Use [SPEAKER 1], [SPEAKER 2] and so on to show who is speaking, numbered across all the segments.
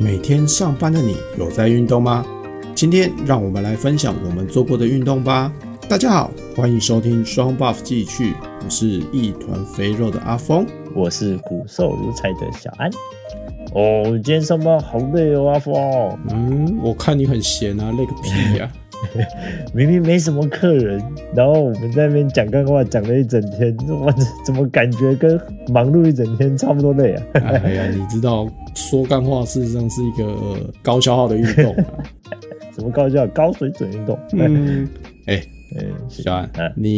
[SPEAKER 1] 每天上班的你有在运动吗？今天让我们来分享我们做过的运动吧。大家好，欢迎收听双 buff 继续，我是一团肥肉的阿峰。
[SPEAKER 2] 我是骨瘦如柴的小安。哦，今天上班好累哦，阿峰，
[SPEAKER 1] 嗯，我看你很闲啊，累个屁 呀、
[SPEAKER 2] 明明没什么客人，然后我们在那边讲干话，讲了一整天，我怎么感觉跟忙碌一整天差不多累啊？
[SPEAKER 1] 哎呀，你知道说干话事实上是一个、呃高消耗的运动啊。
[SPEAKER 2] 什么高效高水准运动？嗯，
[SPEAKER 1] 嗯，哎、小安，
[SPEAKER 2] 嗯，
[SPEAKER 1] 你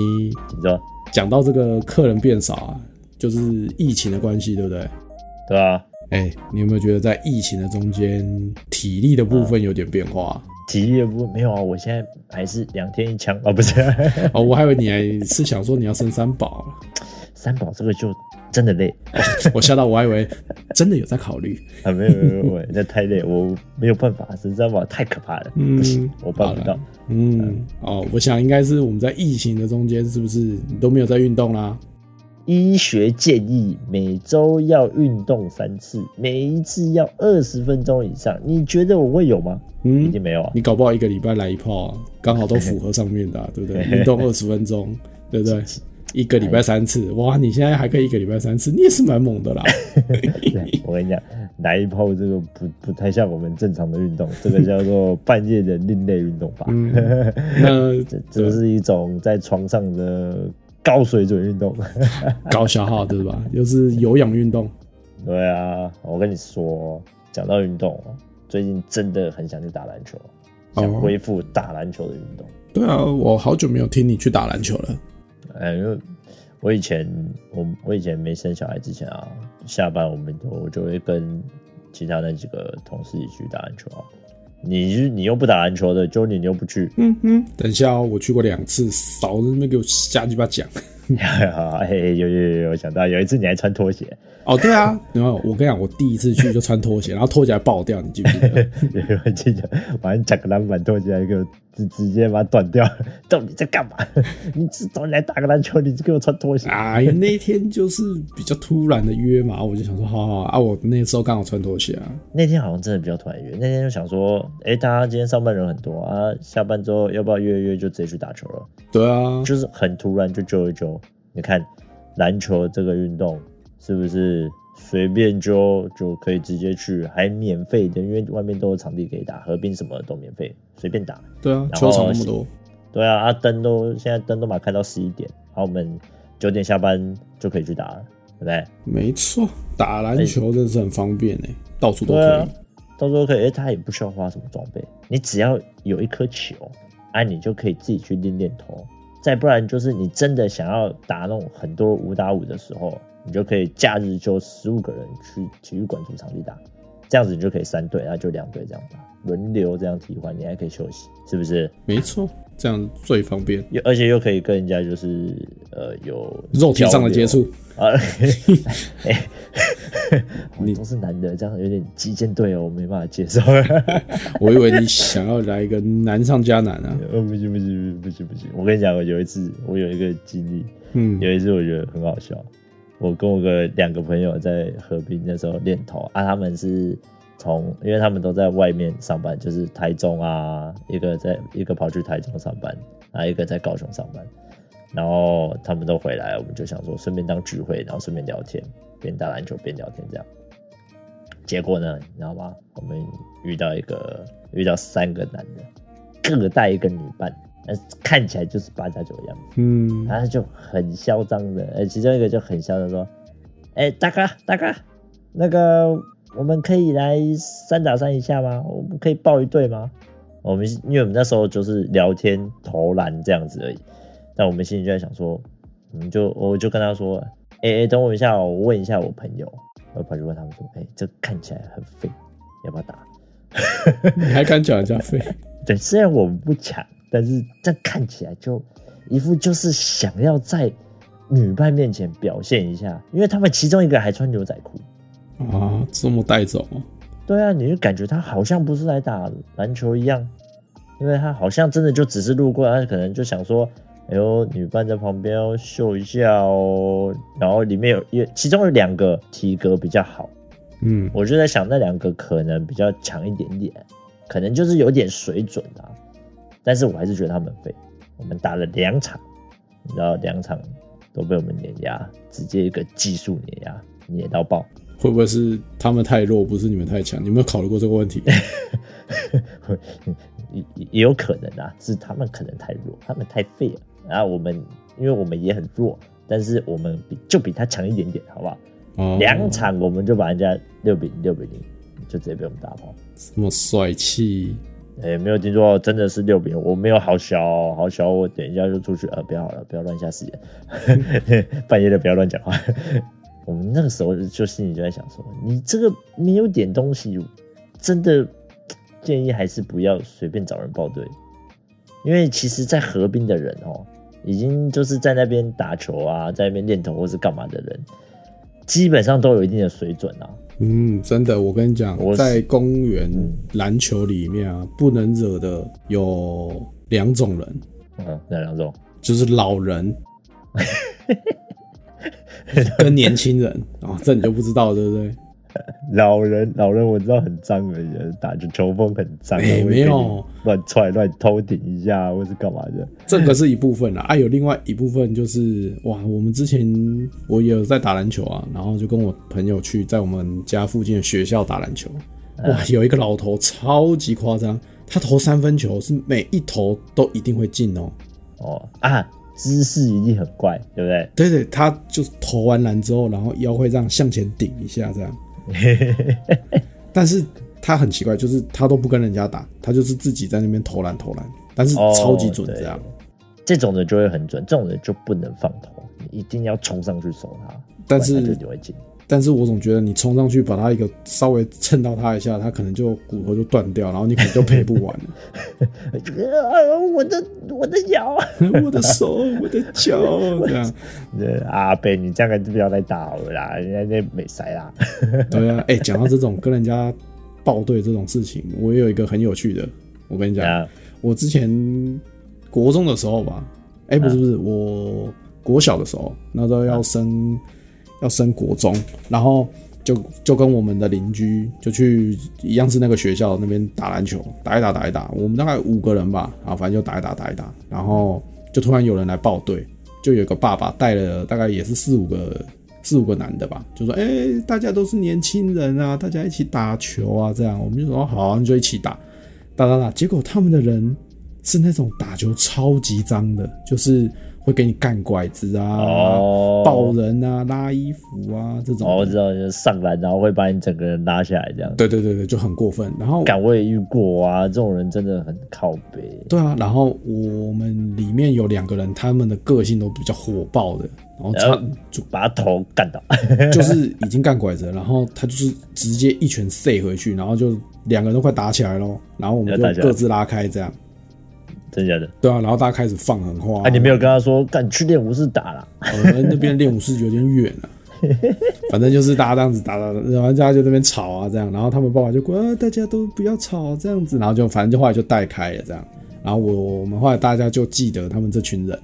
[SPEAKER 2] 请说，
[SPEAKER 1] 讲到这个客人变少啊，就是疫情的关系，对不对？
[SPEAKER 2] 对吧、
[SPEAKER 1] 哎、你有没有觉得在疫情的中间，体力的部分有点变化？啊
[SPEAKER 2] 体力也不没有啊，我现在还是两天一枪啊，不是
[SPEAKER 1] 哦，我还以为你还是想说你要生三宝啊，
[SPEAKER 2] 三宝这个就真的累
[SPEAKER 1] 我吓到，我还以为真的有在考虑。
[SPEAKER 2] 啊，没有没有没有，那太累，我没有办法，神三宝太可怕了，
[SPEAKER 1] 嗯
[SPEAKER 2] 不行，我办不
[SPEAKER 1] 好
[SPEAKER 2] 到
[SPEAKER 1] 了。嗯，哦，我想应该是我们在疫情的中间，是不是你都没有在运动啦？
[SPEAKER 2] 医学建议每周要运动三次，每一次要二十分钟以上。你觉得我会有吗？一
[SPEAKER 1] 嗯
[SPEAKER 2] 定，没有啊！
[SPEAKER 1] 你搞不好一个礼拜来一炮、啊，刚好都符合上面的、啊，对不对？运动二十分钟，对不对？一个礼拜三次，哇！你现在还可以一个礼拜三次，你也是蛮猛的啦。
[SPEAKER 2] 我跟你讲，来一炮这个不不太像我们正常的运动，这个叫做 半夜的另类运动法，
[SPEAKER 1] 嗯，那
[SPEAKER 2] 这这是一种在床上的高水准运动。
[SPEAKER 1] 高消耗对吧？就是有氧运动。
[SPEAKER 2] 对啊，我跟你说，讲到运动，最近真的很想去打篮球，想
[SPEAKER 1] 哦
[SPEAKER 2] 恢复打篮球的运动。
[SPEAKER 1] 对啊，我好久没有听你去打篮球了。
[SPEAKER 2] 哎，因为我以前我我以前没生小孩之前啊，下班我们就我就会跟其他那几个同事一起去打篮球啊。你你又不打篮球的，就你又不去，
[SPEAKER 1] 嗯哼，等一下哦，我去过两次，少在那边给我瞎鸡巴讲。
[SPEAKER 2] 哎，有有有有，我想到有一次你还穿拖鞋，
[SPEAKER 1] 哦，对啊， 然后我跟你讲，我第一次去就穿拖鞋，然后拖鞋还爆掉，你记不记得？
[SPEAKER 2] 我记得把你抢个篮板拖鞋还给我直直接把它断掉，到底在干嘛？ 你只找你来打个篮球，你就给我穿拖鞋，
[SPEAKER 1] 哎呀，那天就是比较突然的约嘛，我就想说，好好好啊，我那时候刚好穿拖鞋啊，
[SPEAKER 2] 那天好像真的比较突然约，那天就想说，哎、大家今天上班人很多啊，下班之后要不要约一约就直接去打球了？
[SPEAKER 1] 对啊，
[SPEAKER 2] 就是很突然就揪一揪。你看篮球这个运动是不是随便揪就可以直接去，还免费的，因为外面都有场地可以打，合并什么都免费，随便打。
[SPEAKER 1] 对啊，
[SPEAKER 2] 然
[SPEAKER 1] 球
[SPEAKER 2] 后
[SPEAKER 1] 场那么多，
[SPEAKER 2] 对啊，啊灯都现在灯都马开到十一点，好，我们九点下班就可以去打了，对不对？
[SPEAKER 1] 没错，打篮球真的是很方便哎、到处都
[SPEAKER 2] 对
[SPEAKER 1] 可
[SPEAKER 2] 啊
[SPEAKER 1] 以。，
[SPEAKER 2] 到时候可以，哎、他也不需要花什么装备，你只要有一颗球，哎、你就可以自己去练练头。再不然就是你真的想要打那种很多五打五的时候，你就可以假日就十五个人去体育馆主场地打，这样子你就可以三队，然啊后就两队这样打，轮流这样替换，你还可以休息，是不是？
[SPEAKER 1] 没错，这样最方便，
[SPEAKER 2] 又而且又可以跟人家就是呃有
[SPEAKER 1] 肉体上的接
[SPEAKER 2] 触。
[SPEAKER 1] 触。
[SPEAKER 2] 啊， 哎， 你都是男的，这样有点击剑队哦友，我没办法接受。
[SPEAKER 1] 我以为你想要来一个难上加难啊，
[SPEAKER 2] 呃，不行不行不行不行！我跟你讲，我有一次我有一个经历，
[SPEAKER 1] 嗯，
[SPEAKER 2] 有一次我觉得很好笑。我跟我个两个朋友在河滨那时候练头啊，他们是从，因为他们都在外面上班，就是台中啊，一个在一个跑去台中上班，啊一个在高雄上班，然后他们都回来，我们就想说顺便当聚会，然后顺便聊天，边打篮球边聊天这样。结果呢，你知道吗？我们遇到一个遇到三个男的，各带一个女伴，但是看起来就是八加九的样子。
[SPEAKER 1] 嗯，
[SPEAKER 2] 然后他就很嚣张的，哎、其中一个就很嚣张地说：“哎、大哥，大哥，那个我们可以来三打三一下吗？我们可以抱一队吗？”我们因为我们那时候就是聊天投篮这样子而已，但我们心里就在想说，我们就我就跟他说：“哎、哎、等我一下哦，我问一下我朋友。”我跑去问他们说：“哎、这看起来很废，要不要打？”
[SPEAKER 1] 你还敢讲人家废？
[SPEAKER 2] 对，虽然我不抢，但是这看起来就一副就是想要在女伴面前表现一下，因为他们其中一个还穿牛仔裤。
[SPEAKER 1] 啊，这么带走哦？
[SPEAKER 2] 对啊，你就感觉他好像不是来打篮球一样，因为他好像真的就只是路过，他可能就想说，哎呦，女伴在旁边要哦秀一下哦。然后里面有有其中有两个体格比较好，
[SPEAKER 1] 嗯
[SPEAKER 2] 我就在想那两个可能比较强一点点，可能就是有点水准啊，但是我还是觉得他们很废。我们打了两场，你知道两场都被我们碾压，直接一个技术碾压，碾到爆。
[SPEAKER 1] 会不会是他们太弱，不是你们太强？你有没有考虑过这个问 题？
[SPEAKER 2] 也也也有可能啊，是他们可能太弱，他们太废了。然后我们，因为我们也很弱，但是我们比就比他强一点点，好不好？
[SPEAKER 1] 哦
[SPEAKER 2] 两场我们就把人家六比零、六比零，就直接被我们打跑。
[SPEAKER 1] 这么帅气，
[SPEAKER 2] 哎、没有听说，真的是六比零，我没有好小哦、好小，我等一下就出去，呃，不要好了，不要乱下时间，半夜的不要乱讲话。 我们那个时候就心里就在想说，你这个没有点东西，真的建议还是不要随便找人报队，因为其实，在河滨的人哦，已经就是在那边打球啊，在那边练头或是干嘛的人，基本上都有一定的水准啊。
[SPEAKER 1] 嗯，真的，我跟你讲
[SPEAKER 2] 我，是
[SPEAKER 1] 在公园
[SPEAKER 2] 嗯
[SPEAKER 1] 篮球里面啊，不能惹的有两种人，
[SPEAKER 2] 嗯，那两种，
[SPEAKER 1] 就是老 人跟年轻人啊、哦，这你就不知道对不对？
[SPEAKER 2] 老人，老人我知道很脏而已，打着球风很脏，啊
[SPEAKER 1] 哎
[SPEAKER 2] 会
[SPEAKER 1] 没有
[SPEAKER 2] 乱踹、乱偷顶一下，或是干嘛的。
[SPEAKER 1] 这个是一部分啦，啊，有另外一部分就是哇，我们之前我也有在打篮球啊，然后就跟我朋友去在我们家附近的学校打篮球，哇，有一个老头超级夸张，他投三分球是每一投都一定会进哦，
[SPEAKER 2] 哦啊，姿势一定很怪，对不对？
[SPEAKER 1] 对对，他就是投完篮之后，然后腰会这样向前顶一下这样，但是他很奇怪，就是他都不跟人家打，他就是自己在那边投篮投篮，但是
[SPEAKER 2] 哦
[SPEAKER 1] 超级准这样。
[SPEAKER 2] 这种的就会很准，这种的就不能放头，你一定要冲上去守他，
[SPEAKER 1] 但是
[SPEAKER 2] 不然他就就会进。
[SPEAKER 1] 但是我总觉得你冲上去把他一个稍微蹭到他一下，他可能就骨头就断掉，然后你可能就赔不完了。
[SPEAKER 2] 啊，我的我的啊腰，
[SPEAKER 1] 我的手，我的脚，这样，
[SPEAKER 2] 呃阿贝，你这样还是不要再打好了啦，人家那没塞啦。
[SPEAKER 1] 对啊，哎、讲到这种跟人家抱队这种事情，我也有一个很有趣的，我跟你讲，
[SPEAKER 2] 啊，
[SPEAKER 1] 我之前国中的时候吧，哎、不是不是，我国小的时候，那时候要升要升国中，然后就就跟我们的邻居就去一样是那个学校那边打篮球，打一打打一打，我们大概五个人吧，啊，反正就打一打打一打，然后就突然有人来报队，就有一个爸爸带了大概也是四五个。四五个男的吧，就说：“哎、大家都是年轻人啊，大家一起打球啊，这样。”我们就说：“好、啊，那就一起打。”打打打，结果他们的人是那种打球超级脏的，就是会给你干拐子啊、
[SPEAKER 2] 哦，
[SPEAKER 1] 抱人啊、拉衣服啊这种。
[SPEAKER 2] 哦，我知道，就是上篮然后会把你整个人拉下来这样。
[SPEAKER 1] 对对对对，就很过分。然后
[SPEAKER 2] 敢我也遇过啊，这种人真的很靠北。
[SPEAKER 1] 对啊，然后我们里面有两个人，他们的个性都比较火爆的，然后
[SPEAKER 2] 然
[SPEAKER 1] 他
[SPEAKER 2] 后就把他头干倒，
[SPEAKER 1] 就是已经干拐子了，然后他就是直接一拳塞回去，然后就两个人都快打起来咯，然后我们
[SPEAKER 2] 要打起
[SPEAKER 1] 就
[SPEAKER 2] 来
[SPEAKER 1] 各自拉开这样。
[SPEAKER 2] 真假的？
[SPEAKER 1] 对啊，然后大家开始放狠话
[SPEAKER 2] 啊，你没有跟他说干去练武士打啦？
[SPEAKER 1] 我们那边练武室有点远啊。反正就是大家这样子打打，打，然后大家就在那边吵啊，这样，然后他们爸爸就过来、啊，大家都不要吵啊这样子，然后就反正就后来就带开了这样，然后我我们后来大家就记得他们这群人，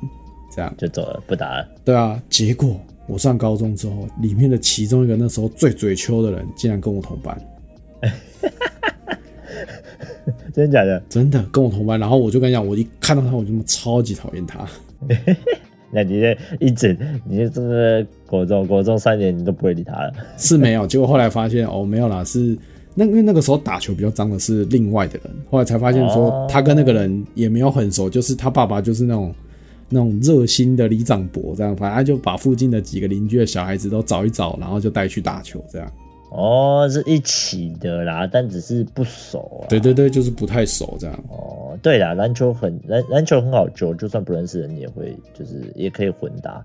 [SPEAKER 1] 这样，
[SPEAKER 2] 就走了，不打了。
[SPEAKER 1] 对啊，结果我上高中之后，里面的其中一个那时候最嘴秋的人，竟然跟我同班，
[SPEAKER 2] 真假的？
[SPEAKER 1] 真的跟我同班，然后我就跟你讲，我一看到他我就他妈超级讨厌他，
[SPEAKER 2] 那你这一整，你这个国中国中三年你都不会理他了。
[SPEAKER 1] 是没有，结果后来发现哦，没有啦，是那因为那个时候打球比较脏的是另外的人，后来才发现
[SPEAKER 2] 哦
[SPEAKER 1] 说他跟那个人也没有很熟，就是他爸爸就是那种那种热心的里长伯这样，反正他就把附近的几个邻居的小孩子都找一找，然后就带去打球这样。
[SPEAKER 2] 哦，是一起的啦，但只是不熟啊。
[SPEAKER 1] 对对对，就是不太熟这样。
[SPEAKER 2] 哦，对啦，篮球很篮篮球很好揪，就算不认识人你也会，就是也可以混打，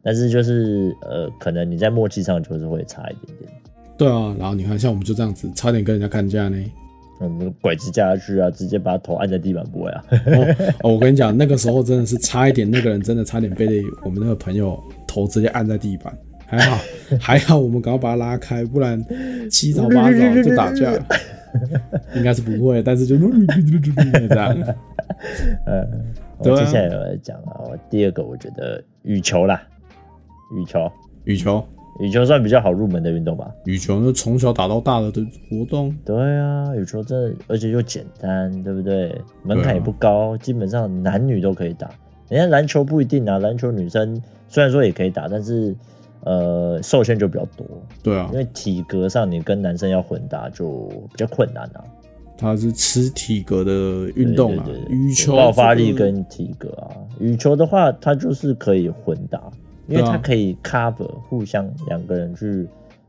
[SPEAKER 2] 但是就是呃，可能你在默契上就是会差一点点。
[SPEAKER 1] 对啊，然后你看像我们就这样子，差点跟人家干架呢。
[SPEAKER 2] 我们拐子架下去啊，直接把他头按在地板不会啊。
[SPEAKER 1] 哦，我跟你讲，那个时候真的是差一点，那个人真的差点被我们那个朋友头直接按在地板。还好，
[SPEAKER 2] 啊
[SPEAKER 1] 还好，我们赶快把他拉开，不然七早八早就打架。应该是不会，但是就这样。
[SPEAKER 2] 我
[SPEAKER 1] 对啊
[SPEAKER 2] 接下来要来讲啊，我第二个我觉得羽球啦，羽球，
[SPEAKER 1] 羽球，
[SPEAKER 2] 羽球算比较好入门的运动吧？
[SPEAKER 1] 羽球就从小打到大的的活动，
[SPEAKER 2] 对啊，羽球真的，而且又简单，对不对？门
[SPEAKER 1] 对啊
[SPEAKER 2] 槛也不高，基本上男女都可以打。人家篮球不一定啊，篮球女生虽然说也可以打，但是呃受限就比较多，
[SPEAKER 1] 对啊
[SPEAKER 2] 因，为体格上你跟男生要混打就比较困难啊。
[SPEAKER 1] 它是吃体格的运动啊
[SPEAKER 2] 对对，对
[SPEAKER 1] 羽球
[SPEAKER 2] 爆发力
[SPEAKER 1] 这个
[SPEAKER 2] 跟体格啊，羽球的话，它就是可以混打，因为
[SPEAKER 1] 对啊
[SPEAKER 2] 它可以 cover 互相两个人去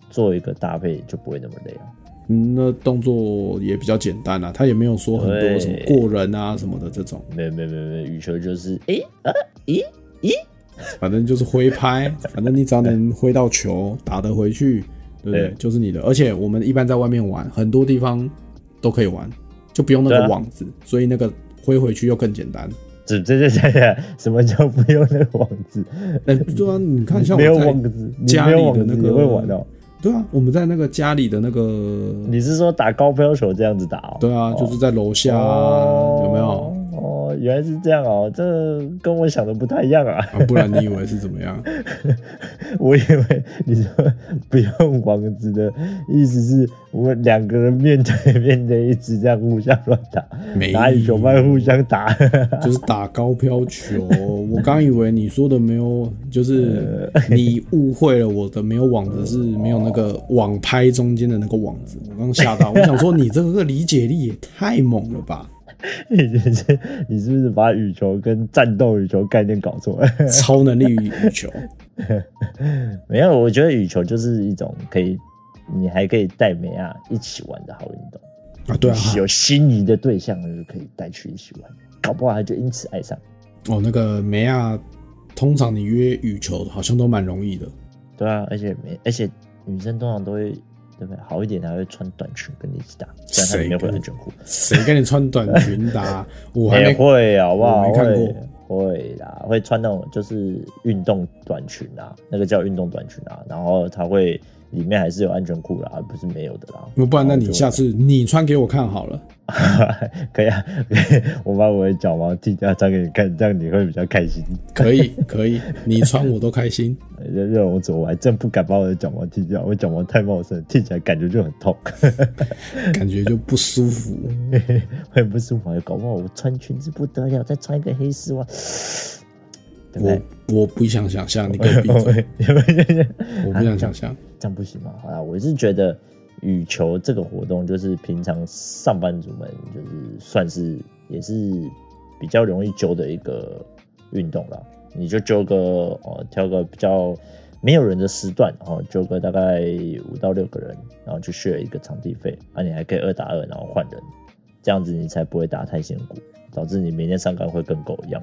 [SPEAKER 2] 做一个搭配，就不会那么累啊。
[SPEAKER 1] 嗯那动作也比较简单啊，他也没有说很多
[SPEAKER 2] 对
[SPEAKER 1] 什么过人啊什么的这种，
[SPEAKER 2] 没有没有没有没有，羽球就是诶呃咦，
[SPEAKER 1] 反正就是挥 拍，反正你只要能挥到球，打得回去，对不对？
[SPEAKER 2] 对
[SPEAKER 1] 就是你的。而且我们一般在外面玩，很多地方都可以玩，就不用那
[SPEAKER 2] 对
[SPEAKER 1] 个
[SPEAKER 2] 啊
[SPEAKER 1] 网子，所以那个挥回去又更简 单。
[SPEAKER 2] 这这这这这，什么叫不用那个网子？
[SPEAKER 1] 哎、对啊，你看像
[SPEAKER 2] 没有
[SPEAKER 1] 我在
[SPEAKER 2] 网子，你
[SPEAKER 1] 家
[SPEAKER 2] 没
[SPEAKER 1] 里
[SPEAKER 2] 有
[SPEAKER 1] 的
[SPEAKER 2] 网子
[SPEAKER 1] 那
[SPEAKER 2] 你
[SPEAKER 1] 个
[SPEAKER 2] 会玩哦？
[SPEAKER 1] 对啊，我们在那个家里的那个，
[SPEAKER 2] 你是说打高飘球这样子打哦？
[SPEAKER 1] 对啊，就是在楼下啊，
[SPEAKER 2] 哦
[SPEAKER 1] 有没有？？
[SPEAKER 2] 哦，原来是这样哦，这跟我想的不太一样啊。
[SPEAKER 1] 啊，不然你以为是怎么样？
[SPEAKER 2] 我以为你说不用网子的意思是我两个人面对面的一直这样互相乱打，
[SPEAKER 1] 没
[SPEAKER 2] 打羽球拍互相打，
[SPEAKER 1] 就是打高飘球。我刚以为你说的没有，就是你误会了我的没有网子是没有那个网拍中间的那个网子。我刚吓到，我想说你这个理解力也太猛了吧，
[SPEAKER 2] 你就是你是不是把羽球跟战斗羽球概念搞错了？
[SPEAKER 1] 超能力与羽球。
[SPEAKER 2] 没有，我觉得羽球就是一种可以，你还可以带美亚一起玩的好运动，
[SPEAKER 1] 啊，对啊，
[SPEAKER 2] 有心仪的对象就可以带去一起玩，搞不好他就因此爱上。
[SPEAKER 1] 哦，那个梅亚，通常你约羽球好像都蛮容易的。
[SPEAKER 2] 对啊，而且没，而且女生通常都会对不对？好一点还会穿短裙跟你一起打，虽然她里面会有安全裤，
[SPEAKER 1] 谁跟你穿短裙打、我还
[SPEAKER 2] 也、
[SPEAKER 1] 没
[SPEAKER 2] 会好不好？
[SPEAKER 1] 我没看过
[SPEAKER 2] 会会啦，会穿那种就是运动短裙啊，那个叫运动短裙啊，然后它会里面还是有安全裤啦，不是没有的啦。
[SPEAKER 1] 不然，那
[SPEAKER 2] 然
[SPEAKER 1] 你
[SPEAKER 2] 后就
[SPEAKER 1] 下次你穿给我看好了。
[SPEAKER 2] 可以啊，可以我把我的脚毛剃掉穿给你看，这样你会比较开心。
[SPEAKER 1] 可以，可以，你穿我都开心。
[SPEAKER 2] 这让我走，我还真不敢把我的脚毛剃掉，我脚毛太茂盛，剃起来感觉就很痛。
[SPEAKER 1] 感觉就不舒服。
[SPEAKER 2] 会不舒服，搞不好我穿裙子不得了，再穿一个黑丝袜，对不
[SPEAKER 1] 我
[SPEAKER 2] 对？
[SPEAKER 1] 我不想想象，你给我闭 嘴！我不想想象。
[SPEAKER 2] 这样不行吗？好啦，我是觉得羽球这个活动，就是平常上班族们就是算是也是比较容易揪的一个运动了。你就揪个哦，挑个比较没有人的时段，然后揪个大概五到六个人，然后去 share 一个场地费，啊，你还可以二打二，然后换人，这样子你才不会打太辛苦，导致你明天上班会跟狗一样。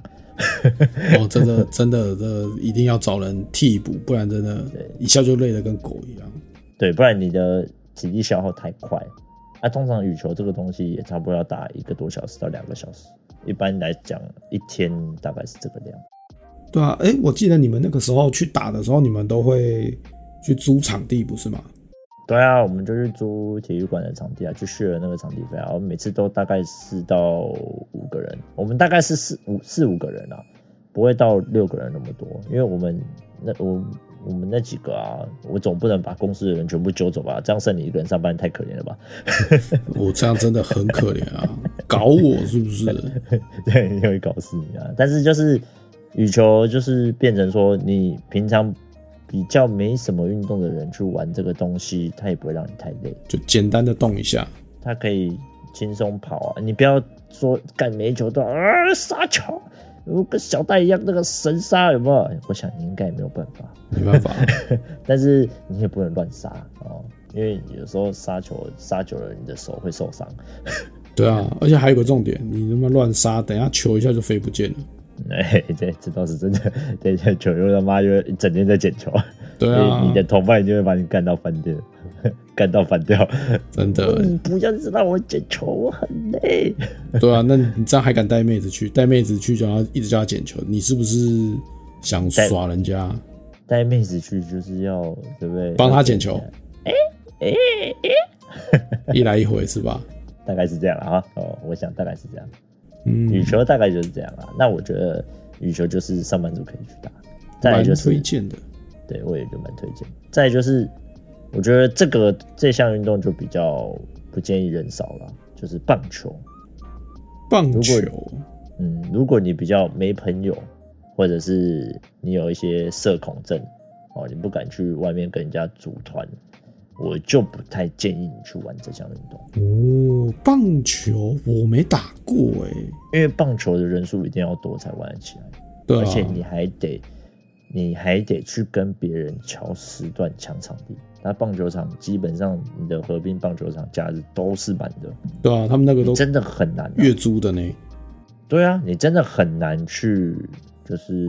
[SPEAKER 1] 哦，真的真的，这一定要找人替补，不然真的一下就累得跟狗一样。
[SPEAKER 2] 对，不然你的体力消耗太快。啊，通常羽球这个东西也差不多要打一个多小时到两个小时，一般来讲一天大概是这个量。
[SPEAKER 1] 对啊，哎、我记得你们那个时候去打的时候，你们都会去租场地，不是吗？
[SPEAKER 2] 对啊，我们就去租体育馆的场地啊，去续了那个场地费啊。我们每次都大概四到五个人，我们大概是四五四五个人啊，不会到六个人那么多，因为我们那我我们那几个啊，我总不能把公司的人全部揪走吧，这样剩你一个人上班太可怜了吧。
[SPEAKER 1] 我这样真的很可怜 啊，搞我是不是？
[SPEAKER 2] 对，你会搞死你啊！但是就是羽球，就是变成说你平常比较没什么运动的人去玩这个东西，它也不会让你太累，
[SPEAKER 1] 就简单的动一下，
[SPEAKER 2] 它可以轻松跑啊。你不要说干每一球都啊杀球，如跟小戴一样那个神杀有没有？我想你应该也没有办法，
[SPEAKER 1] 没办法，
[SPEAKER 2] 但是你也不能乱杀哦，因为有时候杀球杀久了，你的手会受伤。
[SPEAKER 1] 对啊，而且还有个重点，你他妈乱杀，等一下球一下就飞不见了。
[SPEAKER 2] 哎，对，这倒是真的。对，这球又他妈又整天在捡球。
[SPEAKER 1] 对
[SPEAKER 2] 所
[SPEAKER 1] 啊
[SPEAKER 2] 以，你的同伴就会把你干到翻掉， 干到翻掉。
[SPEAKER 1] 真的，
[SPEAKER 2] 你不要只让我捡球，我很累。
[SPEAKER 1] 对啊，那你这样还敢带妹子去？带妹子去叫她一直叫她捡球，你是不是想耍人家？
[SPEAKER 2] 带妹子去就是要对不对？
[SPEAKER 1] 帮她捡球，
[SPEAKER 2] 哎，
[SPEAKER 1] 一来一回是吧？
[SPEAKER 2] 大概是这样了哈。哦，我想大概是这样。羽
[SPEAKER 1] 嗯，
[SPEAKER 2] 球大概就是这样啦。那我觉得羽球就是上班族可以去打，再来
[SPEAKER 1] 蛮
[SPEAKER 2] 就是
[SPEAKER 1] 推荐的。
[SPEAKER 2] 对我也就蛮推荐。再来就是，我觉得这个这项运动就比较不建议人少了，就是棒球。
[SPEAKER 1] 棒球
[SPEAKER 2] 嗯，如果你比较没朋友，或者是你有一些社恐症，哦，你不敢去外面跟人家组团，我就不太建议你去玩这项运动，
[SPEAKER 1] 哦，棒球我没打过哎、
[SPEAKER 2] 因为棒球的人数一定要多才玩得起来，
[SPEAKER 1] 对啊，
[SPEAKER 2] 而且你还得，你还得去跟别人抢时段、抢场地。那棒球场基本上你的合并棒球场假日都是满的，
[SPEAKER 1] 对啊，他们那个
[SPEAKER 2] 你
[SPEAKER 1] 都
[SPEAKER 2] 真的很难、啊。
[SPEAKER 1] 月租的呢，
[SPEAKER 2] 对啊，你真的很难去就是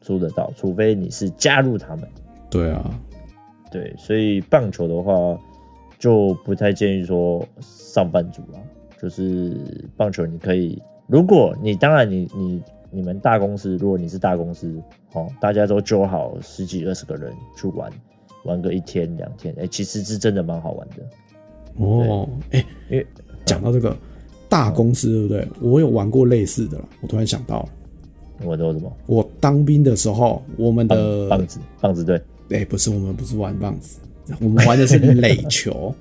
[SPEAKER 2] 租得到，除非你是加入他们。
[SPEAKER 1] 对啊，
[SPEAKER 2] 对，所以棒球的话就不太建议说上班族啦，就是棒球你可以，如果你当然你你你们大公司，如果你是大公司，哦，大家都揪好十几二十个人去玩，玩个一天两天，哎、其实是真的蛮好玩的。
[SPEAKER 1] 哦，哎、
[SPEAKER 2] 因为嗯
[SPEAKER 1] 讲到这个大公司对不对？我有玩过类似的啦，我突然想到了，
[SPEAKER 2] 我都什么
[SPEAKER 1] 我当兵的时候，我们
[SPEAKER 2] 棒、
[SPEAKER 1] 的
[SPEAKER 2] 棒子棒子队
[SPEAKER 1] 哎、不是我们不是玩棒子， 我们玩的是垒球。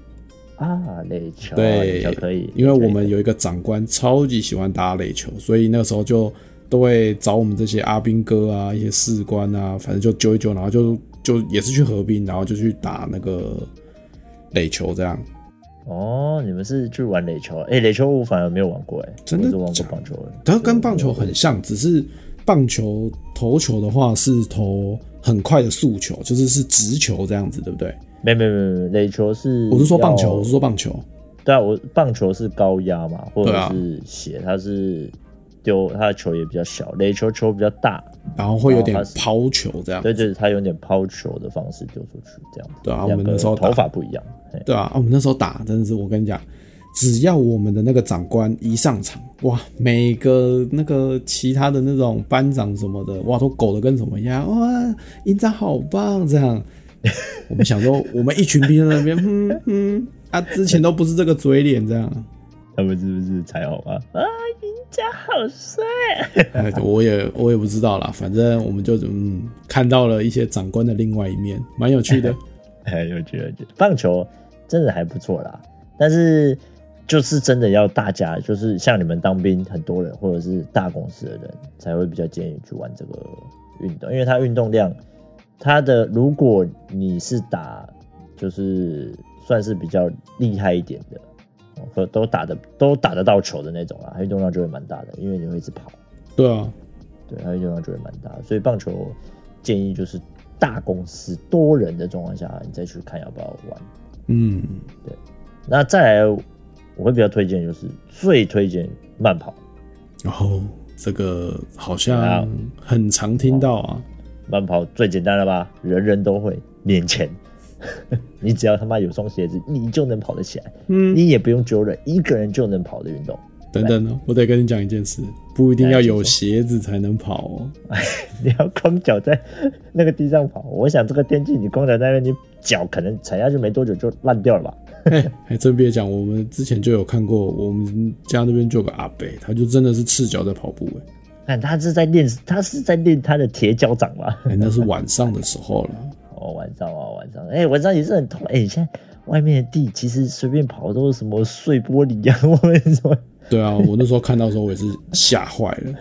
[SPEAKER 2] 啊，垒球垒
[SPEAKER 1] 对
[SPEAKER 2] 球可以，
[SPEAKER 1] 因为我
[SPEAKER 2] 垒球
[SPEAKER 1] 们有一个长官超级喜欢打垒球，所以那个时候就都会找我们这些阿兵哥啊、一些士官啊，反正就揪一揪，然后就就也是去合兵，然后就去打那个垒球这样。
[SPEAKER 2] 哦，你们是去玩垒球？哎、垒球我反而没有玩过、哎，
[SPEAKER 1] 真的
[SPEAKER 2] 我只玩
[SPEAKER 1] 假的
[SPEAKER 2] 过棒球而已。
[SPEAKER 1] 它跟棒球很像，只是棒球投球的话是投很快的速球，就是是直球这样子，对不对？
[SPEAKER 2] 没没没没，垒球是
[SPEAKER 1] 我是说棒球，
[SPEAKER 2] 要
[SPEAKER 1] 我是说棒球。
[SPEAKER 2] 对啊，我棒球是高压嘛，或者
[SPEAKER 1] 对啊
[SPEAKER 2] 是斜，它是丢它的球也比较小，垒球球比较大，
[SPEAKER 1] 然后会有点
[SPEAKER 2] 哦它是
[SPEAKER 1] 抛球这样，
[SPEAKER 2] 对，就是它有点抛球的方式丢出去这样子。
[SPEAKER 1] 对啊我
[SPEAKER 2] 两
[SPEAKER 1] 们那
[SPEAKER 2] 个
[SPEAKER 1] 时候打
[SPEAKER 2] 头发不一样，嘿
[SPEAKER 1] 对啊，啊我们那时候打真的是，我跟你讲，只要我们的那个长官一上场，哇，每个那个其他的那种班长什么的，哇，都狗的跟什么一样，哇，营长好棒这样。我们想说，我们一群兵在那边，嗯嗯，啊，之前都不是这个嘴脸这样。
[SPEAKER 2] 他们是不是才好啊？啊，赢家好帅！
[SPEAKER 1] 哎我也我也不知道啦，反正我们就嗯看到了一些长官的另外一面，蛮有趣的。
[SPEAKER 2] 哎，有趣有趣，棒球真的还不错啦，但是就是真的要大家，就是像你们当兵很多人或者是大公司的人才会比较建议去玩这个运动，因为它运动量，它的如果你是打就是算是比较厉害一点的，哦和都打的都打得到球的那种啊，它运动量就会蛮大的，因为你会一直跑。
[SPEAKER 1] 对啊，
[SPEAKER 2] 对，它的用量就会蛮大的。所以棒球建议就是大公司多人的状况下，你再去看要不要玩。
[SPEAKER 1] 嗯，
[SPEAKER 2] 那再来，我会比较推荐就是最推荐慢跑，
[SPEAKER 1] 然后这个好
[SPEAKER 2] 对啊
[SPEAKER 1] 像很常听到啊。
[SPEAKER 2] 慢跑最简单了吧，人人都会，年前。 你只要他妈有双鞋子，你就能跑得起来，
[SPEAKER 1] 嗯，
[SPEAKER 2] 你也不用揪人，一个人就能跑的运动。
[SPEAKER 1] 等等呢，我得跟你讲一件事，不一定要有鞋子才能跑哦。
[SPEAKER 2] 你要光脚在那个地上跑，我想这个天气你光脚在那边，你脚可能踩下去没多久就烂掉了吧？
[SPEAKER 1] 哎，还真别讲，我们之前就有看过，我们家那边就有个阿伯，他就真的是赤脚在跑步、哎
[SPEAKER 2] 看他是在练，他是在练他的铁脚掌吧？
[SPEAKER 1] 哎，那是晚上的时候了。
[SPEAKER 2] 哦，晚上啊，晚上，哎、晚上也是很痛。哎、你现在外面的地其实随便跑都是什么碎玻璃啊， 或者什么
[SPEAKER 1] 对啊，我那时候看到的时候，我也是吓坏了。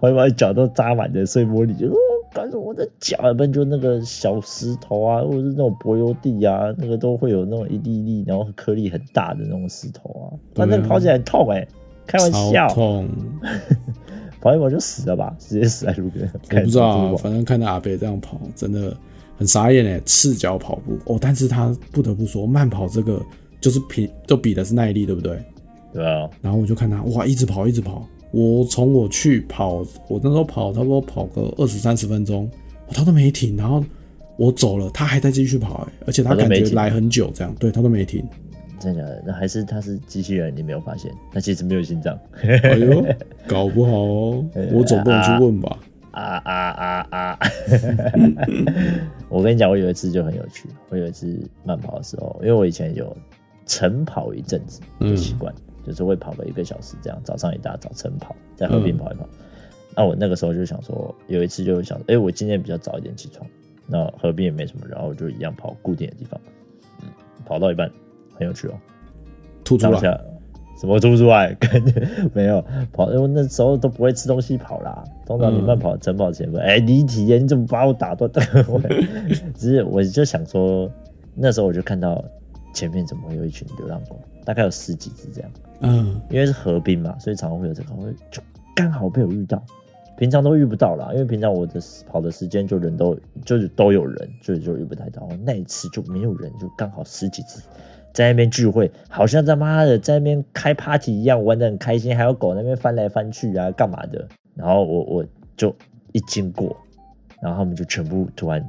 [SPEAKER 2] 跑一跑脚都扎满了碎玻璃，就哦，感觉我的脚，要不然就那个小石头啊，或者是那种柏油地啊，那个都会有那种一粒一粒，然后颗粒很大的那种石头啊，
[SPEAKER 1] 对啊
[SPEAKER 2] 反正跑起来很痛哎、开玩笑
[SPEAKER 1] 超，痛！
[SPEAKER 2] 跑一跑就死了吧，直接死在路边。
[SPEAKER 1] 我不知道、啊，
[SPEAKER 2] 看
[SPEAKER 1] 反正看到阿伯这样跑，真的很傻眼哎、赤脚跑步哦，但是他不得不说，慢跑这个就是比就比的是耐力，对不对？
[SPEAKER 2] 对啊，
[SPEAKER 1] 然后我就看他哇，一直跑，一直跑。我从我去跑，我那时候跑差不多跑个二十三十分钟，哦他都没停。然后我走了，他还在继续跑、欸，而且他
[SPEAKER 2] 他都
[SPEAKER 1] 感
[SPEAKER 2] 没
[SPEAKER 1] 觉
[SPEAKER 2] 停
[SPEAKER 1] 来很久，这样对他都没 停。
[SPEAKER 2] 真的假的？那还是他是机器人，你没有发现，他其实没有心脏。
[SPEAKER 1] 哎呦，搞不好哦，我总不能去问吧？
[SPEAKER 2] 啊啊啊啊！ 我跟你讲，我有一次就很有趣。我有一次慢跑的时候，因为我以前有晨跑一阵子的习惯，就是会跑个一个小时这样，早上一大早晨跑，在河边跑一跑。那、我那个时候就想说，有一次就想，哎、我今天比较早一点起床，那合并也没什么，然后我就一样跑固定的地方，嗯，跑到一半很有趣哦，
[SPEAKER 1] 吐出
[SPEAKER 2] 当
[SPEAKER 1] 来，
[SPEAKER 2] 下什么出不出来？感觉 没有跑，因为那时候都不会吃东西跑啦。通常你慢跑晨跑前分，哎、离题耶，你怎么把我打断？ 我只是我就想说，那时候我就看到前面怎么会有一群流浪狗，大概有十几只这样，
[SPEAKER 1] 嗯
[SPEAKER 2] 因为是河滨嘛，所以常常会有这个，我就刚好被我遇到。平常都遇不到啦，因为平常我的跑的时间就人都就是都有人，就就遇不太到。那一次就没有人，就刚好十几只在那边聚会，好像他妈的在那边开 party 一样，玩的很开心，还有狗那边翻来翻去啊，干嘛的？然后我我就一经过，然后他们就全部突然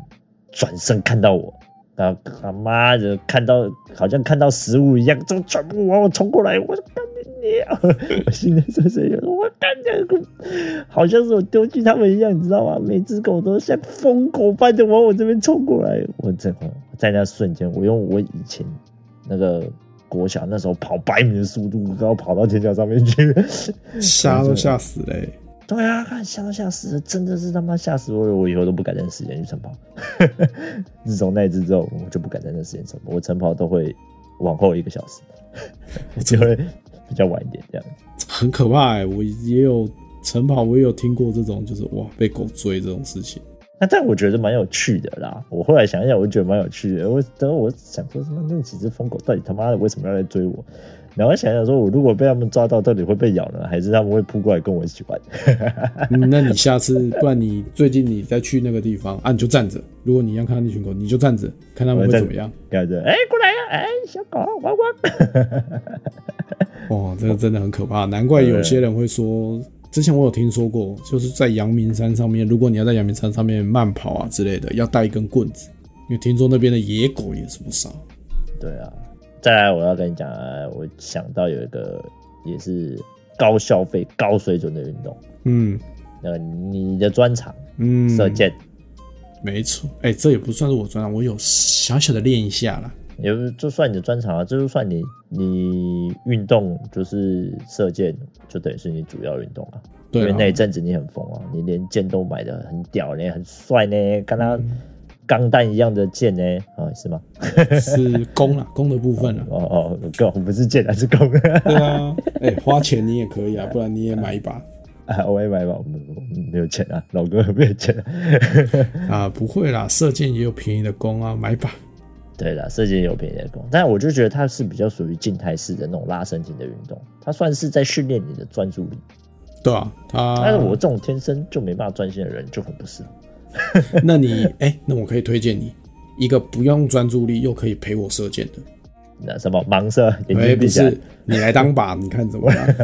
[SPEAKER 2] 转身看到我，然后他妈的看到好像看到食物一样，就全部往我冲过来，我说干你娘！我心里碎碎念，我干你，好像是我丢弃他们一样，你知道吗？每只狗都像疯狗般的往我这边冲过来，我这在那瞬间，我用我以前那个国小那时候跑百米的速度，然后跑到天桥上面去，
[SPEAKER 1] 吓都吓死嘞、
[SPEAKER 2] 对啊，看吓都吓死了，真的是他妈吓死我了！我以后都不敢在那时间去晨跑。 自从那一次之后，我就不敢在那时间晨跑。我晨跑都会往后一个小时， 我就会比较晚一点这样子。
[SPEAKER 1] 很可怕、欸。我也有晨跑，我也有听过这种，就是哇被狗追这种事情。
[SPEAKER 2] 那但我觉得蛮有趣的啦。我后来想一想，我就觉得蛮有趣的。我等我想说什么？那几只疯狗到底他妈的为什么要来追我？然后想想说，我如果被他们抓到，到底会被咬呢，还是他们会扑过来跟我一起玩？
[SPEAKER 1] 嗯，那你下次，不然你最近你再去那个地方啊，你就站着。如果你一样看到那群狗，你就站着，看他们会怎么样。
[SPEAKER 2] 感觉哎，过来呀、哎，小狗，汪汪。
[SPEAKER 1] 哇，这个真的很可怕，难怪有些人会说，之前我有听说过，就是在阳明山上面，如果你要在阳明山上面慢跑啊之类的，要带一根棍子，因为听说那边的野狗也是不少。
[SPEAKER 2] 对啊，再来我要跟你讲，呃我想到有一个也是高消费、高水准的运动，
[SPEAKER 1] 嗯
[SPEAKER 2] 那你的专长
[SPEAKER 1] 嗯，
[SPEAKER 2] 射箭，
[SPEAKER 1] 没错，哎、这也不算是我专长，我有小小的练一下啦。
[SPEAKER 2] 也不就算你的专长啊，这就算你你运动就是射箭，就等于是你主要运动啊。因
[SPEAKER 1] 对
[SPEAKER 2] 为
[SPEAKER 1] 啊，
[SPEAKER 2] 那一阵子你很疯啊，你连箭都买的很屌呢，很帅呢，跟他
[SPEAKER 1] 嗯
[SPEAKER 2] 钢弹一样的箭呢，啊是吗？
[SPEAKER 1] 是弓啦，弓的部分啦。
[SPEAKER 2] 哦哦，弓不是箭啊，是弓。
[SPEAKER 1] 对啊，哎、花钱你也可以啊，不然你也买一把
[SPEAKER 2] 啊，我也买吧，我们我们没有钱啊，老哥没有钱、
[SPEAKER 1] 啊，不会啦，射箭也有便宜的弓啊，买一把。
[SPEAKER 2] 对啦，射箭有别的功，但我就觉得它是比较属于静态式的那种拉伸型的运动，它算是在训练你的专注力。
[SPEAKER 1] 对啊，他。
[SPEAKER 2] 但是我这种天生就没办法专心的人就很不适合。
[SPEAKER 1] 那你哎、那我可以推荐你一个不用专注力又可以陪我射箭的。
[SPEAKER 2] 那什么盲射，眼
[SPEAKER 1] 哎、不
[SPEAKER 2] 睛闭起来
[SPEAKER 1] 是，，你来当靶，你看怎么样？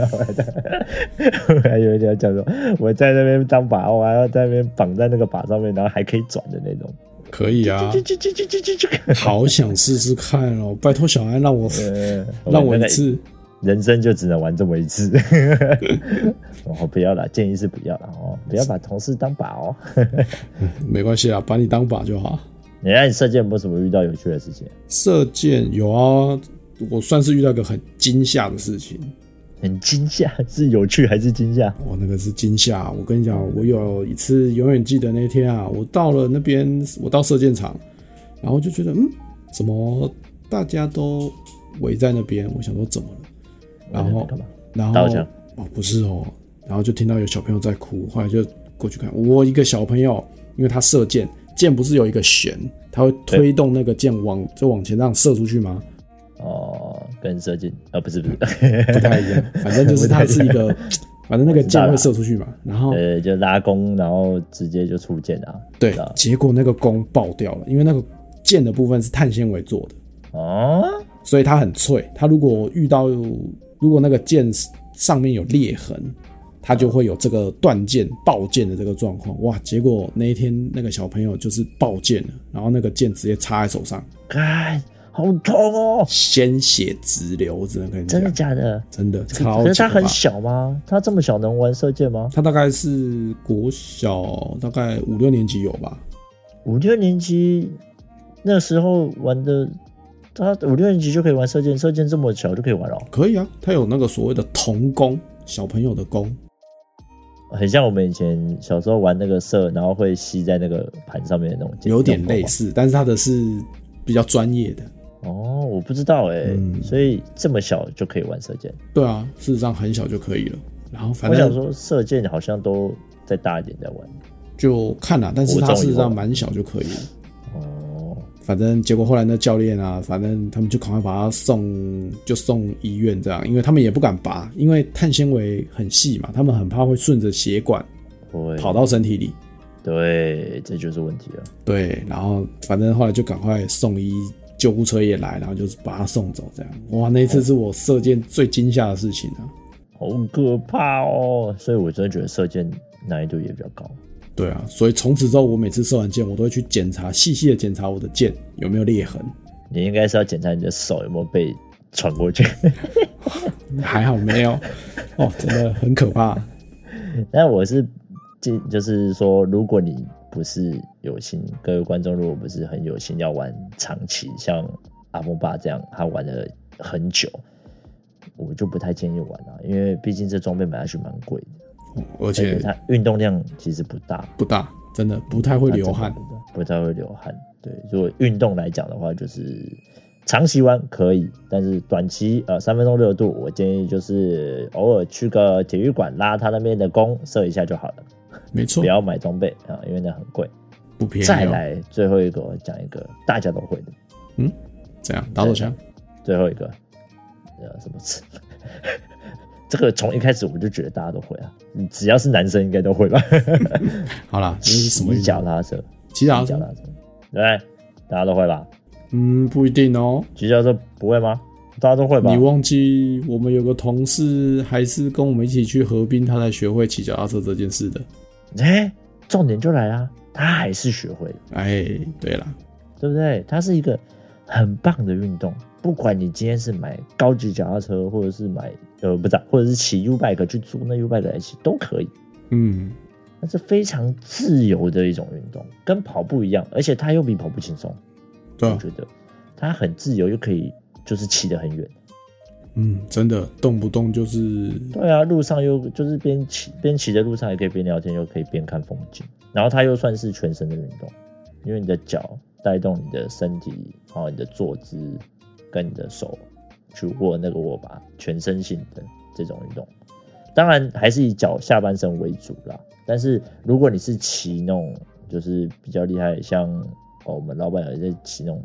[SPEAKER 2] 我还以为你要讲说我在那边当靶，我还要在那边绑在那个靶上面，然后还可以转的那种。
[SPEAKER 1] 可以啊
[SPEAKER 2] 啾，啾啾啾啾啾啾。
[SPEAKER 1] 好想试试看哦！拜托小安让我
[SPEAKER 2] 呃
[SPEAKER 1] 让我
[SPEAKER 2] 那
[SPEAKER 1] 一
[SPEAKER 2] 个
[SPEAKER 1] 次。
[SPEAKER 2] 人生就只能玩这么一次。哦，不要了，建议是不要了哦，不要把同事当靶哦。
[SPEAKER 1] 没关系啦，把你当靶就好。
[SPEAKER 2] 你让你射箭有没有什么遇到有趣的事情？
[SPEAKER 1] 射箭有啊，我算是遇到一个很惊吓的事情。
[SPEAKER 2] 很惊吓，是有趣还是惊吓？
[SPEAKER 1] 哦，那个是惊吓！我跟你讲，我有一次永远记得那天啊，我到了那边，我到射箭场，然后就觉得，嗯，怎么大家都围在那边？我想说怎么了？然后
[SPEAKER 2] 干嘛？
[SPEAKER 1] 然
[SPEAKER 2] 打
[SPEAKER 1] 后
[SPEAKER 2] 火枪
[SPEAKER 1] 哦，不是哦，然后就听到有小朋友在哭，后来就过去看，我一个小朋友，因为他射箭，箭不是有一个弦，他会推动那个箭往就往前这样射出去吗？
[SPEAKER 2] 哦，跟射箭啊，不是不是，
[SPEAKER 1] 不太一样，反正 就是它是一个， 反正那个箭会射出去嘛，然后
[SPEAKER 2] 呃，就拉弓，然后直接就出箭啊。
[SPEAKER 1] 对
[SPEAKER 2] 啊，
[SPEAKER 1] 结果那个弓爆掉了，因为那个箭的部分是碳纤维做的，
[SPEAKER 2] 哦，
[SPEAKER 1] 所以它很脆，它如果遇到如果那个箭上面有裂痕。它就会有这个断箭、爆箭的这个状况，哇！结果那一天那个小朋友就是爆箭了，然后那个箭直接插在手上，
[SPEAKER 2] 看，好痛哦！
[SPEAKER 1] 鲜血直流，只能跟你讲
[SPEAKER 2] 真的，假的？
[SPEAKER 1] 真的超
[SPEAKER 2] 可
[SPEAKER 1] 级
[SPEAKER 2] 是他
[SPEAKER 1] 可
[SPEAKER 2] 很
[SPEAKER 1] 怕。
[SPEAKER 2] 小吗？他这么小能玩射箭吗？
[SPEAKER 1] 他大概是国小大概五六年级有吧，
[SPEAKER 2] 五六年级那时候玩的，他五六年级就可以玩射箭，射箭这么小就可以玩了、哦。
[SPEAKER 1] 可以啊，他有那个所谓的童工，小朋友的工，
[SPEAKER 2] 很像我们以前小时候玩那个色，然后会吸在那个盘上面的那种，
[SPEAKER 1] 有点类似，但是它的是比较专业的。
[SPEAKER 2] 哦，我不知道哎、
[SPEAKER 1] 嗯
[SPEAKER 2] 所以这么小就可以玩射箭。
[SPEAKER 1] 对啊，事实上很小就可以了。然后反
[SPEAKER 2] 我想
[SPEAKER 1] 正
[SPEAKER 2] 说，射箭好像都再大一点再玩。
[SPEAKER 1] 就看了，但是它
[SPEAKER 2] 国中以后
[SPEAKER 1] 事实上蛮小就可以了。
[SPEAKER 2] 哦，
[SPEAKER 1] 反正结果后来那教练啊，反正他们就赶快把他送，就送医院这样，因为他们也不敢拔，因为碳纤维很细嘛，他们很怕会顺着血管
[SPEAKER 2] 会
[SPEAKER 1] 跑到身体里。
[SPEAKER 2] 对，这就是问题了。
[SPEAKER 1] 对，然后反正后来就赶快送医，救护车也来，然后就是把他送走这样。哇，那一
[SPEAKER 2] 哦
[SPEAKER 1] 次是我射箭最惊吓的事情啊！
[SPEAKER 2] 好可怕哦！所以我真的觉得射箭难易度也比较高。
[SPEAKER 1] 对啊，所以从此之后，我每次射完箭，我都会去检查，细细的检查我的箭有没有裂痕。
[SPEAKER 2] 你应该是要检查你的手有没有被穿过去，嗯
[SPEAKER 1] 还好没 有，哦，真的很可怕。
[SPEAKER 2] 但我是建，就是说，如果你不是有心，各位观众如果不是很有心要玩长期，像阿峰爸这样，他玩了很久，我就不太建议玩了、因为毕竟这装备买下去蛮贵的，
[SPEAKER 1] 而
[SPEAKER 2] 而且
[SPEAKER 1] 且
[SPEAKER 2] 它运动量其实不大，
[SPEAKER 1] 不大，真的不太会
[SPEAKER 2] 它
[SPEAKER 1] 流
[SPEAKER 2] 真的
[SPEAKER 1] 汗。
[SPEAKER 2] 不大，不太会流汗。对，如果运动来讲的话，就是长期玩可以，但是短期呃三分钟热度，我建议就是偶尔去个体育馆拉他那边的弓射一下就好了。
[SPEAKER 1] 没错
[SPEAKER 2] 不，要买装备啊，因为那很贵。
[SPEAKER 1] 不便
[SPEAKER 2] 再
[SPEAKER 1] 宜、哦。
[SPEAKER 2] 来最后一个，我讲一个大家都会的，
[SPEAKER 1] 这样打手枪，
[SPEAKER 2] 最后一个，呃，什么词？ 这个从一开始我就觉得大家都会啊，你只要是男生应该都 会吧？
[SPEAKER 1] 好啦，这是什 么意
[SPEAKER 2] 骑
[SPEAKER 1] 思
[SPEAKER 2] 脚？踏车，
[SPEAKER 1] 骑
[SPEAKER 2] 骑
[SPEAKER 1] 脚踏
[SPEAKER 2] 脚
[SPEAKER 1] 车
[SPEAKER 2] 踏车，对不对，大家都会吧？
[SPEAKER 1] 嗯，不一定哦。
[SPEAKER 2] 骑脚踏车不会吗？大家都会吧
[SPEAKER 1] 你？忘记我们有个同事还是跟我们一起去河滨，他才学会骑脚踏车这件事的。
[SPEAKER 2] 哎、重点就来啦，他还是学会了，
[SPEAKER 1] 哎，对啦，
[SPEAKER 2] 对不对？它是一个很棒的运动，不管你今天是买高级脚踏车，或者是买呃不知道，或者是骑 U bike 去租那 U bike 来骑都可以。
[SPEAKER 1] 嗯，
[SPEAKER 2] 那是非常自由的一种运动，跟跑步一样，而且它又比跑步轻松。
[SPEAKER 1] 对
[SPEAKER 2] 我
[SPEAKER 1] 啊，
[SPEAKER 2] 觉得它很自由，又可以就是骑得很远。
[SPEAKER 1] 嗯，真的动不动就是
[SPEAKER 2] 对啊，路上又就是边骑边骑的路上也可以边聊天，又可以边看风景。然后它又算是全身的运动，因为你的脚带动你的身体，然后你的坐姿跟你的手去握那个握把，全身性的这种运动。当然还是以脚下半身为主啦。但是如果你是骑那种就是比较厉害，像哦我们老板有在骑那种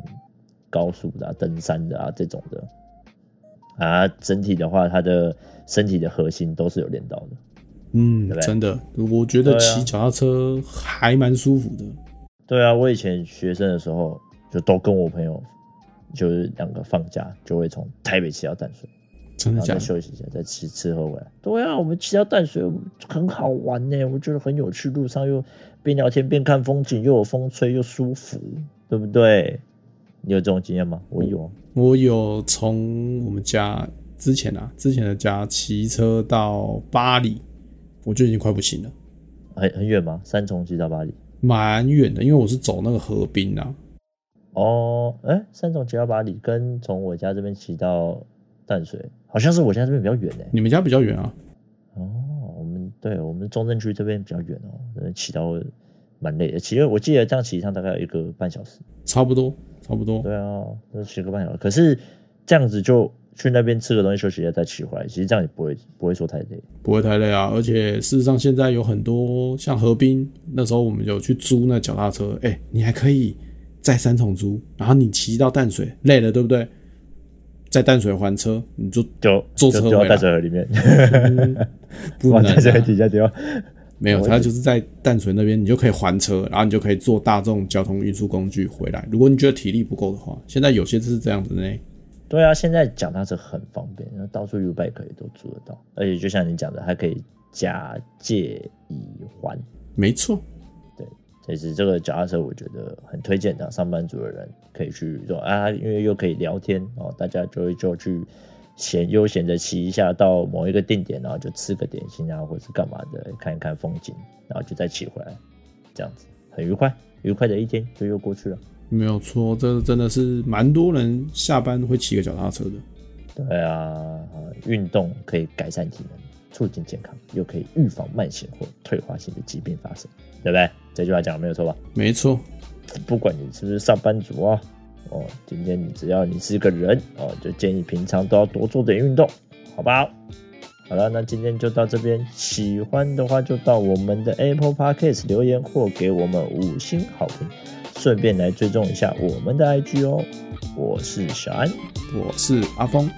[SPEAKER 2] 高速的、啊、登山的啊这种的，啊，整体的话，他的身体的核心都是有练到的。
[SPEAKER 1] 嗯
[SPEAKER 2] 对不，对
[SPEAKER 1] 真的，我觉得
[SPEAKER 2] 对啊
[SPEAKER 1] 骑脚踏车还蛮舒服的。
[SPEAKER 2] 对啊，我以前学生的时候，就都跟我朋友，就是两个放假就会从台北骑到淡水，
[SPEAKER 1] 真的
[SPEAKER 2] 然后
[SPEAKER 1] 假
[SPEAKER 2] 再
[SPEAKER 1] 的？
[SPEAKER 2] 休息一下，再吃吃喝回来。对啊，我们骑到淡水很好玩呢、我觉得很有趣，路上又边聊天边看风景，又有风吹又舒服，对不对？你有这种经验吗？我有啊，
[SPEAKER 1] 我有从我们家之前啊，之前的家骑车到巴黎，我就已经快不行了，
[SPEAKER 2] 很很远吗？三重骑到巴黎？
[SPEAKER 1] 蛮远的，因为我是走那个河滨啊，
[SPEAKER 2] 哦，哎、三重骑到巴黎跟从我家这边骑到淡水，好像是我家这边比较远哎、
[SPEAKER 1] 你们家比较远啊，
[SPEAKER 2] 哦，我们对我们中正区这边比较远哦，这边骑到蛮累的，骑了我记得这样骑一趟大概有一个半小时。
[SPEAKER 1] 差不多，差不多。
[SPEAKER 2] 对啊，那骑个半小时，可是这样子就去那边吃个东西休息一下再骑回来，其实这样也不会不会说太累。
[SPEAKER 1] 不会太累啊。而且事实上，现在有很多像河滨，那时候我们有去租那脚踏车，哎、你还可以在三重租，然后你骑到淡水，累了对不对？在淡水还车，你就
[SPEAKER 2] 就
[SPEAKER 1] 坐
[SPEAKER 2] 就
[SPEAKER 1] 车
[SPEAKER 2] 丢
[SPEAKER 1] 回来
[SPEAKER 2] 到淡水河里面，
[SPEAKER 1] 不
[SPEAKER 2] 往
[SPEAKER 1] 能、
[SPEAKER 2] 淡水河
[SPEAKER 1] 啊、
[SPEAKER 2] 底下丢。
[SPEAKER 1] 没有，它就是在淡水那边，你就可以还车，然后你就可以坐大众交通运输工具回来。如果你觉得体力不够的话，现在有些是这样子呢。
[SPEAKER 2] 对啊，现在脚踏车很方便，然后到处 U bike 也都租得到，而且就像你讲的，还可以假借以还。
[SPEAKER 1] 没错，
[SPEAKER 2] 所以是这个脚踏车，我觉得很推荐的，上班族的人可以去做啊，因为又可以聊天哦，大家就会就去闲悠闲的骑一下到某一个定点，然后就吃个点心啊，或是干嘛的，看一看风景，然后就再骑回来，这样子很愉快，愉快的一天就又过去了。
[SPEAKER 1] 没有错，这真的是蛮多人下班会骑个脚踏车的。
[SPEAKER 2] 对啊，运动可以改善体能，促进健康，又可以预防慢性或退化性的疾病发生，对不对？这句话讲的没有错吧？
[SPEAKER 1] 没错，
[SPEAKER 2] 不管你是不是上班族啊，哦，今天你只要你是个人哦，就建议平常都要多做点运动，好不好？好了，那今天就到这边。喜欢的话就到我们的 Apple Podcast 留言或给我们五星好评，顺便来追踪一下我们的 IG 哦。我是小安，
[SPEAKER 1] 我是阿峰，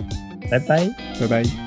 [SPEAKER 2] 拜拜。
[SPEAKER 1] 拜拜。